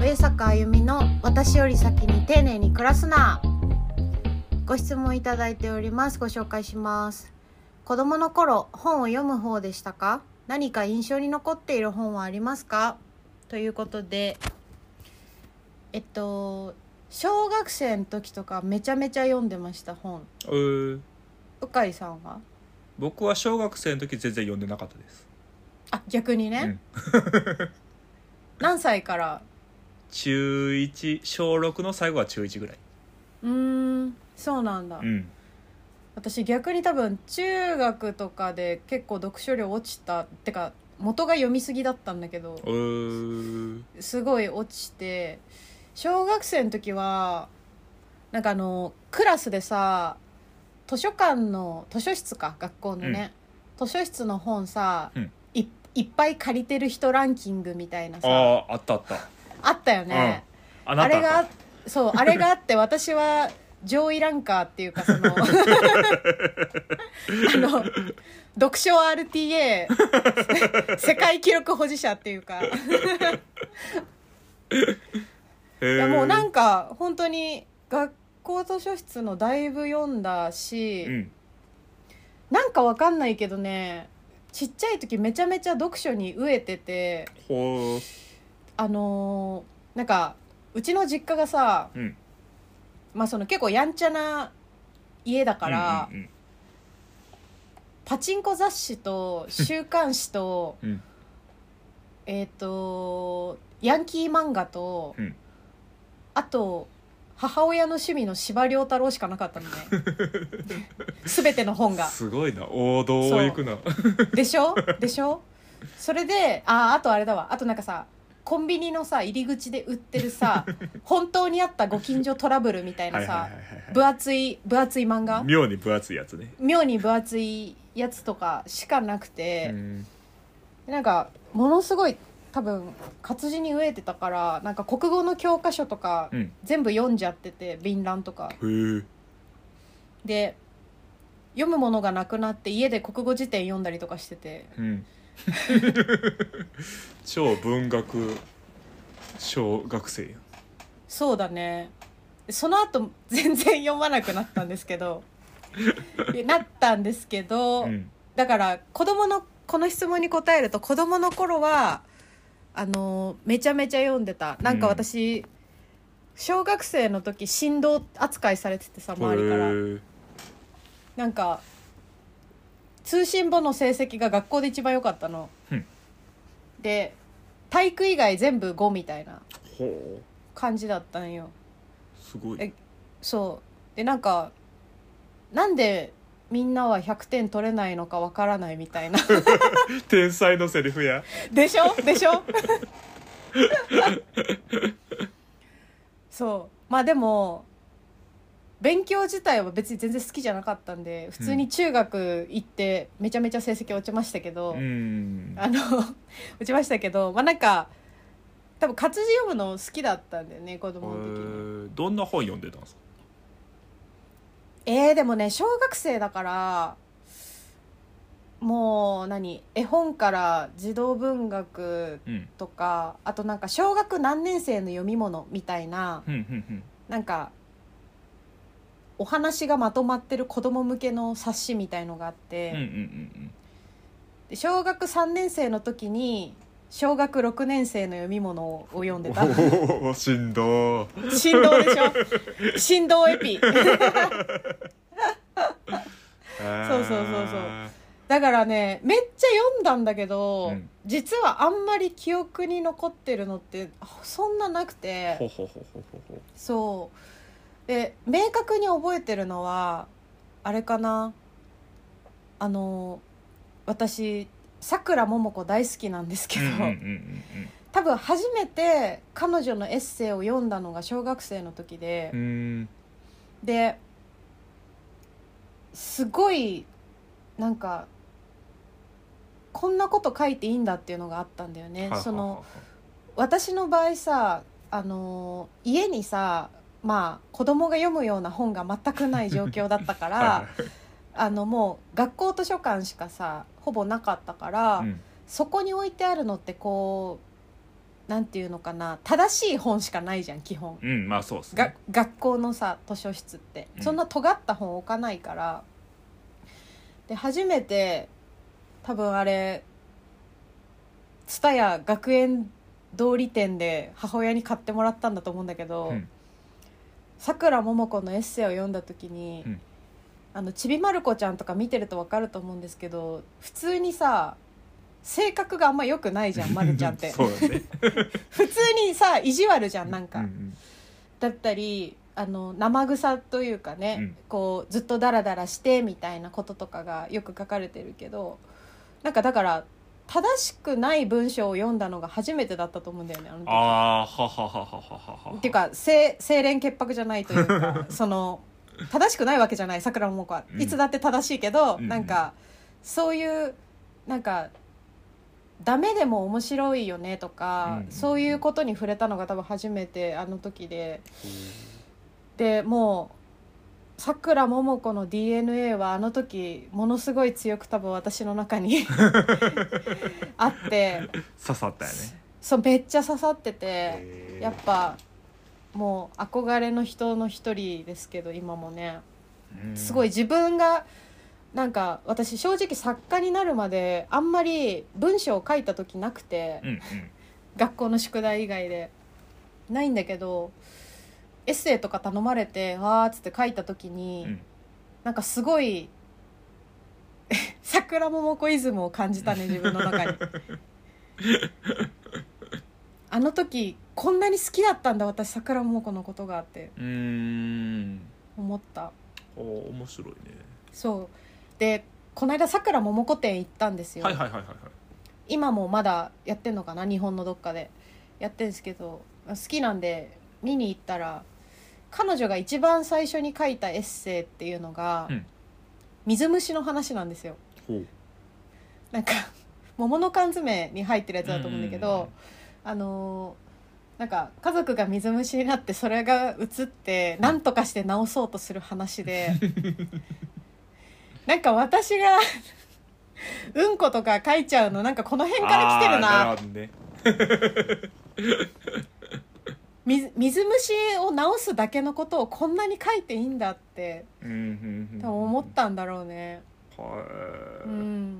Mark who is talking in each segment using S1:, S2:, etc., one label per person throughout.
S1: 上坂あゆみの私より先に丁寧に暮らすなご質問いただいておりますご紹介します子供の頃本を読む方でしたか何か印象に残っている本はありますかということでえっと小学生の時とかめちゃめちゃ読んでました本
S2: えー
S1: うかいさんは
S2: 僕は小学生の時全然読んでなかったです
S1: あ逆にね、 何歳から
S2: 中1小6の最後は中1ぐらいう
S1: ーんそうなんだ、
S2: うん
S1: 私逆に多分中学とかで結構読書量落ちたってか元が読みすぎだったんだけど
S2: えー
S1: すごい落ちて小学生の時はなんかあのクラスでさ図書館の図書室か学校のね、図書室の本さ、
S2: うん
S1: いいっぱい借りてる人ランキングみたいな
S2: あ
S1: さあ
S2: ああったあった
S1: ったよね、
S2: あ
S1: あ
S2: なた
S1: れ
S2: あ
S1: が
S2: った
S1: そうあれがあって私は上位ランカーっていうかそ のあの読書 RTA 世界記録保持者っていうか
S2: へ
S1: い
S2: え
S1: やもうなんか本当に学校図書室のだいぶ読んだし、
S2: うん
S1: なんかわかんないけどねちっちゃい時めちゃめちゃ読書に飢えてて
S2: ほ
S1: あのーなんかうちの実家がさ、
S2: ううん
S1: まあ、その結構やんちゃな家だから、
S2: うんうん
S1: パチンコ雑誌と週刊誌と、
S2: うん
S1: えっ、とヤンキー漫画と、
S2: うん
S1: あと母親の趣味の司馬遼太郎しかなかったの ね全ての
S2: う
S1: 本
S2: ん
S1: が
S2: すごいな王道を行くな
S1: でしょでしょそれでああとあれだわあとなんかさコンビニのさ入り口で売ってる さ本当にあったご近所トラブルみたいな
S2: はいはい
S1: さ
S2: はい
S1: 分厚い分厚い漫
S2: はい
S1: 画
S2: 妙に分厚いやつね
S1: 妙に分厚いやつとかしかなくて、
S2: うん
S1: なんかものすごい多分活字に飢えてたからなんか国語の教科書とか
S2: うん
S1: 全部読んじゃってて便覧とか
S2: へえ
S1: で読むものがなくなって家で国語辞典読んだりとかしてて
S2: うん 超文学小学生やん
S1: そうだねその後全然読まなくなったんですけ どいやなったんですけど、
S2: うん
S1: だから子供のこの質問に答えると子供の頃はあのめちゃめちゃ読んでたなんか私、小学生の時振動扱いされててさ周りか
S2: へ
S1: ら
S2: ー
S1: なんか通信簿の成績が学校で一番良かったの、
S2: うん
S1: で体育以外全部5みたいな
S2: ほう
S1: 感じだったんよ
S2: すごい
S1: えそうでなんかなんでみんなは100点取れないのかわからないみたいな
S2: 天才のセリフや
S1: でしょ でしょそうまあでも勉強自体は別に全然好きじゃなかったんで普通に中学行ってめちゃめちゃ成績落ちましたけど、
S2: うん
S1: あの 落ちましたけどまあなんか多分活字読むの好きだったんだよね子供の時に。
S2: どんな本読んでたんですか
S1: えー、でもね小学生だからもう何絵本から児童文学
S2: うん
S1: とかあとなんか小学何年生の読み物みたいな
S2: うんうん
S1: なんかお話がまとまってる子供向けの冊子みたいのがあっ
S2: う
S1: て、
S2: んうんうん
S1: で小学3年生の時に小学6年生の読み物を読ん
S2: う
S1: で
S2: ん
S1: た
S2: おおしんど
S1: 振動でしょ振動エピ
S2: そ う
S1: そうそうそうそうだからねめっちゃ読んだんだけど、
S2: うん
S1: 実はあんまり記憶に残ってるのってそんななくて
S2: ほほほほほほ
S1: そうで明確に覚えてるのはあれかなあの私さくらももこ大好きなんですけ
S2: う
S1: ど、
S2: んうんうんうん
S1: 多分初めて彼女のエッセイを読んだのが小学生の時で、
S2: うん
S1: ですごいなんかこんなこと書いていいんだっていうのがあったんだよね。その私の場合さ、あのー家にさまあ子供が読むような本が全くない状況だった からあのもう学校図書館しかさほぼなかったから、
S2: うん
S1: そこに置いてあるのってこうなんていうのかな正しい本しかないじゃん基本
S2: うんまあそうです
S1: が
S2: ね
S1: 学校のさ図書室って
S2: うん
S1: そんな尖った本置かないから、で初めて多分あれ蔦屋学園通り店で母親に買ってもらったんだと思うんだけど
S2: うん
S1: さくらももこのエッセイを読んだ時に、
S2: うん
S1: あのちびまる子ちゃんとか見てると分かると思うんですけど普通にさ性格があんま良くないじゃんまるちゃんって
S2: そうだね
S1: 普通にさ意地悪じゃんなんか。
S2: うんうん
S1: だったりあの生臭というかね、
S2: うん
S1: こうずっとダラダラしてみたいなこととかがよく書かれてるけどなんかだから正しくない文章を読んだのが初めてだったと思うんだよねあの時
S2: ああーははははははは
S1: っていうか清清廉潔白じゃないという かその正しくないわけじゃないさくらももこは、
S2: うん
S1: いつだって正しいけど、
S2: うん
S1: なんかそういうなんかダメでも面白いよねとか、
S2: うん
S1: そういうことに触れたのが多分初めてあの時で。でもうさくらももこの DNA はあの時ものすごい強く多分私の中 にあって
S2: 刺さったよね
S1: そうめっちゃ刺さってて
S2: へー
S1: やっぱもう憧れの人の一人ですけど今もね
S2: うん
S1: すごい自分がなんか私正直作家になるまであんまり文章を書いた時なくて。
S2: うんうん
S1: 学校の宿題以外でないんだけどエッセイとか頼まれてわーっつって書いた時に、
S2: うん
S1: なんかすごい 桜桃子イズムを感じた ね自分の中にあの時こんなに好きだったんだ私桜桃子のことがって
S2: うーん
S1: 思った
S2: おー面白いね
S1: そうでこの間桜桃子店行ったんですよ、
S2: はいはいはいはいはい
S1: 今もまだやってんのかな日本のどっかでやってるんですけど好きなんで見に行ったら彼女が一番最初に書いたエッセイっていうのが、
S2: うん
S1: 水虫の話なんですよ
S2: ほう
S1: なんか桃の缶詰に入ってるやつだと思うんだけ
S2: うんうんう
S1: ど
S2: ん、
S1: あのーなんか家族が水虫になってそれが移って何とかして治そうとする話で なんか私がうんことか書いちゃうのなんかこの辺から来てるな
S2: あーなるほどね
S1: 水水虫を治すだけのことをこんなに書いていいんだって
S2: うんうんうん
S1: 多分思ったんだろうね
S2: は
S1: う
S2: い
S1: ん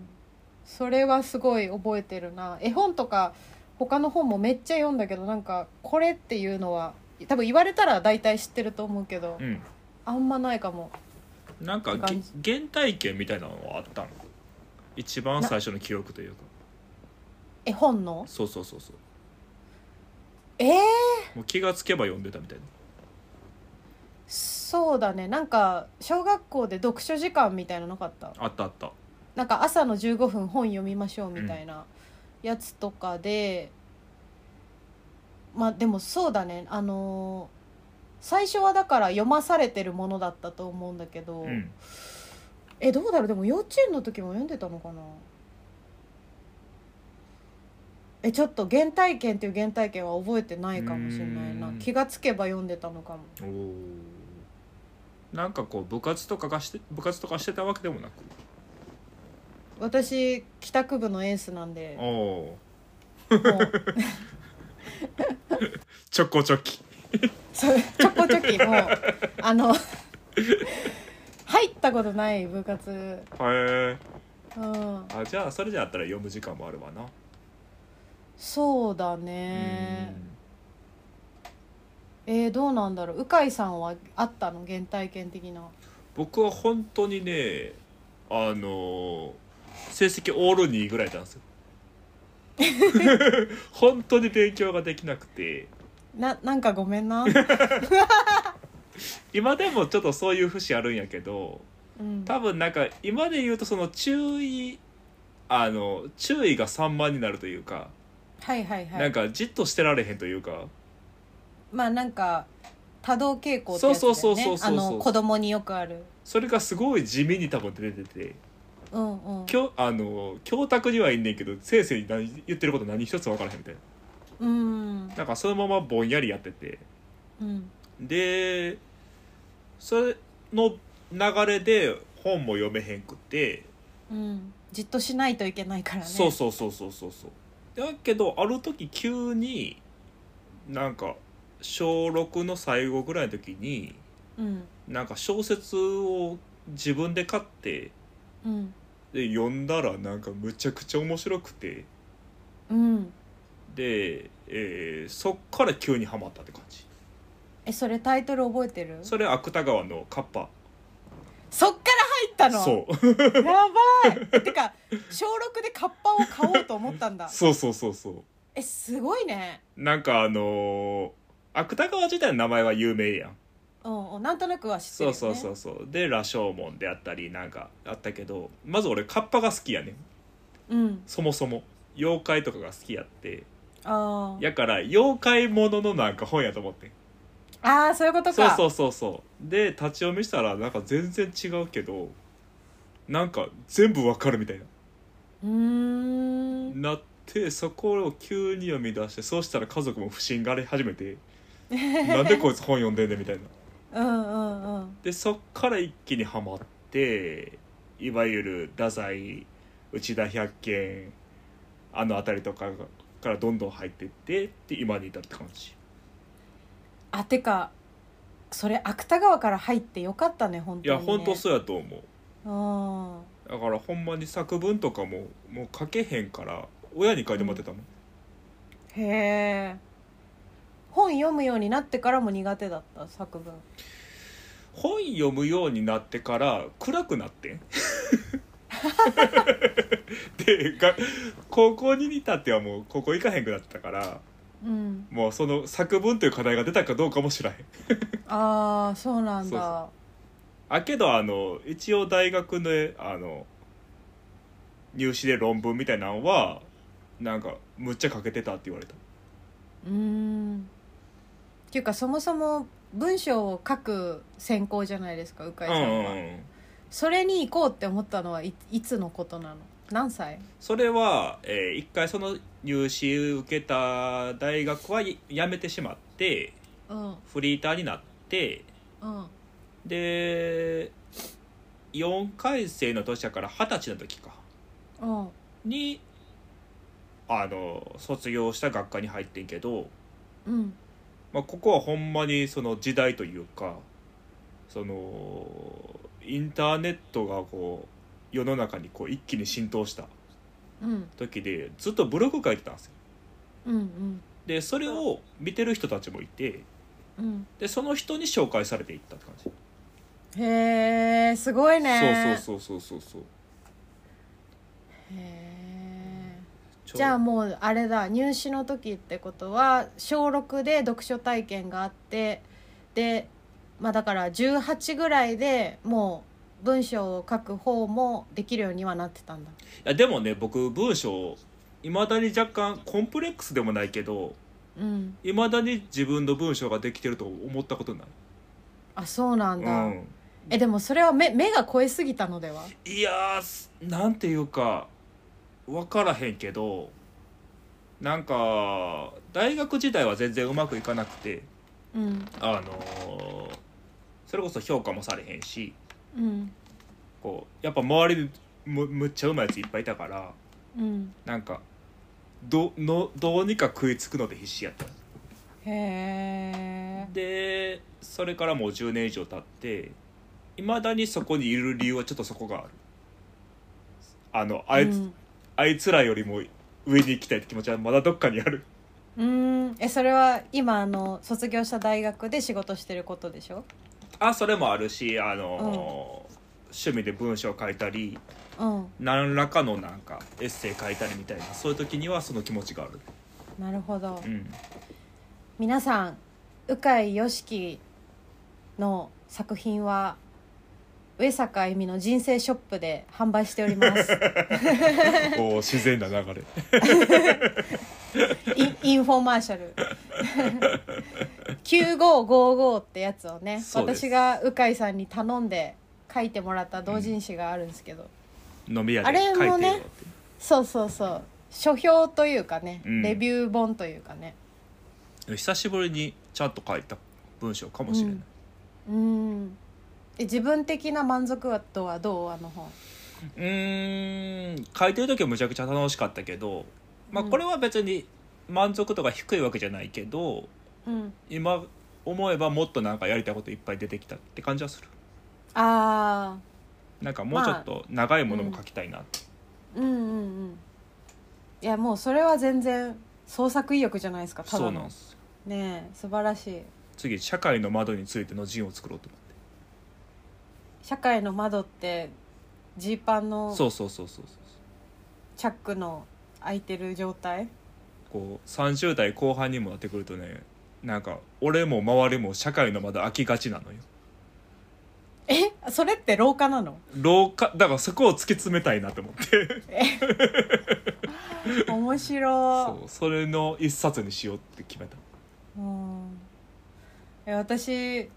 S1: それはすごい覚えてるな絵本とか他の本もめっちゃ読んだけどなんかこれっていうのは多分言われたら大体知ってると思うけど
S2: うん
S1: あんまないかも
S2: なんか
S1: って
S2: げ
S1: 感
S2: 原体験みたいなのはあったの一番最初の記憶というか
S1: 絵本の
S2: そうそうそうそう
S1: えー、
S2: もう気がつけば読んでたみたいな
S1: そうだねなんか小学校で読書時間みたいなのなかった
S2: あったあった
S1: なんか朝の15分本読みましょうみたいなやつとかで、まあでもそうだねあのー最初はだから読まされてるものだったと思うんだけど、
S2: うん
S1: えどうだろうでも幼稚園の時も読んでたのかなえちょっと原体験っていう原体験は覚えてないかもしれないな
S2: うん
S1: 気がつけば読んでたのかも
S2: おーなんかこう部活とかがして部活とかしてたわけでもなく
S1: 私帰宅部のエースなんで
S2: おお
S1: もう
S2: チョコチョキ
S1: そうちょこちょきもうあの入ったことない部活、
S2: へえ
S1: うん、
S2: あじゃあそれじゃあったら読む時間もあるわな
S1: そうだねえー、どうなんだろう鵜飼さんはあったの原体験的な
S2: 僕は本当にねあのー成績オール2ぐらいなんですよ 本当に勉強ができなくて
S1: ななんかごめん な、
S2: 今でもちょっとそういう節あるんやけど
S1: うん、
S2: 多分なんか今で言うとその注意あの注意が散漫になるというか、
S1: はいはいは
S2: なん
S1: い
S2: かじっとしてられへんというか
S1: まあなんか多動傾向って
S2: そう
S1: やつだ
S2: そ
S1: よ
S2: うそうそ
S1: ね
S2: うそう
S1: あの子供によくある
S2: それがすごい地味に多分出てて
S1: うんうん
S2: 教あの教託にはいんねんけど先生に何言ってること何一つ分からへんみたい
S1: う
S2: な
S1: ん
S2: なんかそのままぼんやりやってて
S1: うん
S2: でそれの流れで本も読めへんくて、
S1: うんじっとしないといけないからね
S2: そうそうそうそうそうそうだけどある時急になんか小6の最後ぐらいの時に
S1: うん
S2: なんか小説を自分で買って
S1: うん
S2: で読んだらなんかむちゃくちゃ面白くて
S1: うん
S2: で、えーそっから急にハマったって感じ
S1: えそれタイトル覚えてるそ
S2: それ芥川のカッパ
S1: っから入ったの
S2: そう
S1: やばいて か小6でカッパを買おうと思った んだ
S2: そうそうそうそう
S1: えすごいね
S2: なんかあのー芥川自体の名前は有名やん
S1: うんうんなんとなくは知ってる
S2: そ
S1: よ、
S2: う
S1: ね、
S2: そうそうそうで羅生門であったりなんかあったけどまず俺カッパが好きやねん
S1: うん
S2: そもそも妖怪とかが好きやって
S1: あー
S2: やから妖怪もののなんか本やと思ってん
S1: あーそういうことか
S2: そうそうそうそうで立ち読みしたらなんか全然違うけどなんか全部わかるみたいな
S1: うーん
S2: なってそこを急に読み出してそうしたら家族も不審がれ始め てなんでこいつ本読んでんねんみたいな
S1: うんうんうん
S2: でそっから一気にはまっていわゆる太宰内田百軒あの辺りとかからどんどん入っていってって今に至るって感じ
S1: あてかそれ芥川から入ってよかったね本
S2: い
S1: 当に、
S2: や
S1: ね、
S2: 本当そうやと思
S1: うん
S2: うだからほんまに作文とかももう書けへんから親に書いてもらってたもん、
S1: へえ本読むようになってからも苦手だった作文
S2: 本読むようになってから暗くなってんでが高校に至ってはもう高校行かへんくなったから
S1: うん
S2: もうその作文という課題が出たかどうかも知らへん
S1: ああそうなんだ
S2: そうそあけどあの一応大学のあの入試で論文みたいなのはなんかむっちゃ欠けてたって言われた
S1: うーんっていうかそもそも文章を書く専攻じゃないですか鵜飼さんは、
S2: うん
S1: それに行こうって思ったのはいいつのことなの何歳
S2: それは、えー一回その入試受けた大学はや辞めてしまって
S1: うん
S2: フリーターになって
S1: うん
S2: で4回生の年だから二十歳の時か
S1: うん
S2: にあの卒業した学科に入ってんけど、
S1: うん
S2: まあ、ここはほんまにその時代というかそのインターネットがこう世の中にこう一気に浸透した
S1: うん
S2: 時でずっとブログ書いてたんですよ。
S1: うんうん
S2: でそれを見てる人たちもいて
S1: うん
S2: でその人に紹介されていったって感じ。
S1: へえすごいねう
S2: そうそうそうそ
S1: そ
S2: うそうそう
S1: うへえ
S2: ちょ
S1: じゃあもうあれだ入試の時ってことは小6で読書体験があってでまあだから18ぐらいでもう文章を書く方もできるようにはなってたんだ
S2: いやでもね僕文章いまだに若干コンプレックスでもないけど
S1: うん
S2: いまだに自分の文章ができてると思ったことない。
S1: あそうなん
S2: う
S1: だ、
S2: ん
S1: えでもそれは目目が超えすぎたのではい
S2: やーすなんていうか分からへんけどなんか大学時代は全然うまくいかなくて
S1: うん
S2: あのーそれこそ評価もされへんし
S1: うん
S2: こうやっぱ周りでむむっちゃうまいやついっぱいいたから
S1: うん
S2: なんかどのどうにか食いつくので必死やった
S1: へえ
S2: でそれからもう10年以上経っていまだにそこにいる理由はちょっとそこがあるあのあいつ、
S1: うん
S2: あいつらよりも上に行きたいって気持ちはまだどっかにある
S1: うーんえそれは今あの卒業した大学で仕事してることでしょ
S2: あそれもあるしあのー、趣味で文章を書いたり
S1: うん
S2: 何らかのなんかエッセイ書いたりみたいなそういう時にはその気持ちがある、
S1: なるほど、
S2: うん、
S1: 皆さん鵜飼良樹の作品は上坂恵美の人生ショップで販売しております
S2: こう自然な流れ
S1: インインフォマーシャル9555ってやつをね
S2: そうです
S1: 私が鵜飼さんに頼んで書いてもらった同人誌があるんですけど、
S2: 飲み屋
S1: あ
S2: で書
S1: れ
S2: いてる
S1: も
S2: よって、
S1: ねそうそうそう書評というかね、
S2: うん
S1: レビュー本というかね
S2: 久しぶりにちゃんと書いた文章かもしれない、
S1: うんうんで自分的な満足度はどうあの本
S2: うーん書いてる時はむちゃくちゃ楽しかったけど、まあ、
S1: うん
S2: これは別に満足度が低いわけじゃないけど
S1: うん
S2: 今思えばもっとなんかやりたいこといっぱい出てきたって感じはする
S1: ああ
S2: なんかもうちょっと長いものも書きたいなって、
S1: うんうんうんいやもうそれは全然創作意欲じゃないですかた
S2: そ
S1: だ
S2: うなん
S1: の
S2: です
S1: ねえ素晴らしい
S2: 次社会の窓についての陣を作ろうと思って
S1: 社会の窓ってジーパンの
S2: そうそうそうそうそう
S1: チャックの開いてる状態
S2: こう30代後半にもなってくるとねなんか俺も周りも社会の窓開きがちなのよ
S1: えそれって廊下なの
S2: 廊下だからそこを突き詰めたいなと思って
S1: 面白
S2: そうそれの一冊にしようって決めた
S1: いうんえ私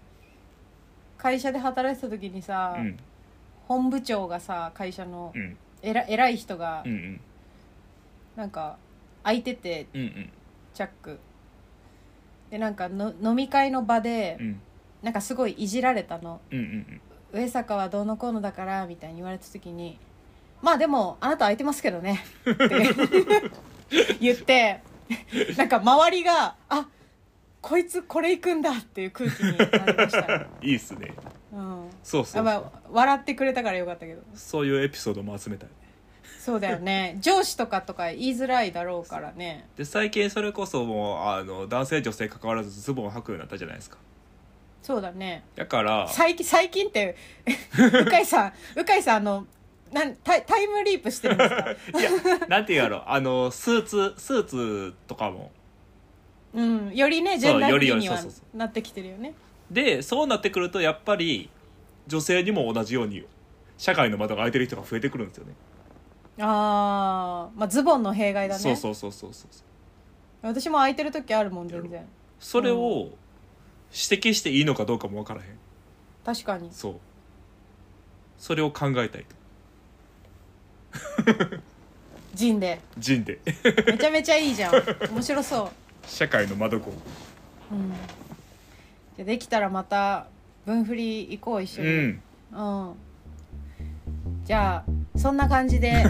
S1: 会社で働いてた時にさ、
S2: うん
S1: 本部長がさ会社の
S2: うん
S1: 偉偉い人が
S2: うんうん
S1: なんか開いてて
S2: うんうん
S1: チャックでなんかの飲み会の場で
S2: うん
S1: なんかすごいいじられたの
S2: うんうん
S1: 「上坂はどうのこうのだから」みたいに言われた時に「まあでもあなた空いてますけどね」って言ってなんか周りが「あこいつこれ行くんだ」っていう空気になりました、
S2: いいっすね
S1: うん
S2: そうそ
S1: や
S2: う
S1: ば
S2: そ
S1: いう笑ってくれたからよかったけど
S2: そういうエピソードも集めたい
S1: そうだよね上司とかとか言いづらいだろうからね
S2: で最近それこそもうあの男性女性関わらずズボンを履くようになったじゃないですか
S1: そうだね
S2: だから
S1: 最近最近って うかいさんうかいさんあのなんタイタイムリープしてるんです か
S2: いやなんて言うやろあのスーツスーツとかも
S1: うんよりねジ
S2: そ
S1: ェ
S2: う
S1: ンダー
S2: よ
S1: フ
S2: り
S1: リ
S2: よ
S1: ー
S2: り
S1: には
S2: そうそう
S1: なってきてるよね
S2: でそうなってくるとやっぱり女性にも同じように社会の窓が開いてる人が増えてくるんですよね
S1: あー、まあズボンの弊害だね
S2: そうそうそうそうそう
S1: 私も空いてる時あるもん全
S2: や
S1: 然
S2: それを指摘していいのかどうかも分からへん
S1: 確かに
S2: そうそれを考えたいと
S1: ジンで
S2: 人で
S1: めちゃめちゃいいじゃん面白そ
S2: 社会の窓子
S1: う、うん、じゃあできたらまた分振り行こう一緒
S2: う
S1: に
S2: ん
S1: う ん、じゃあそんな感じで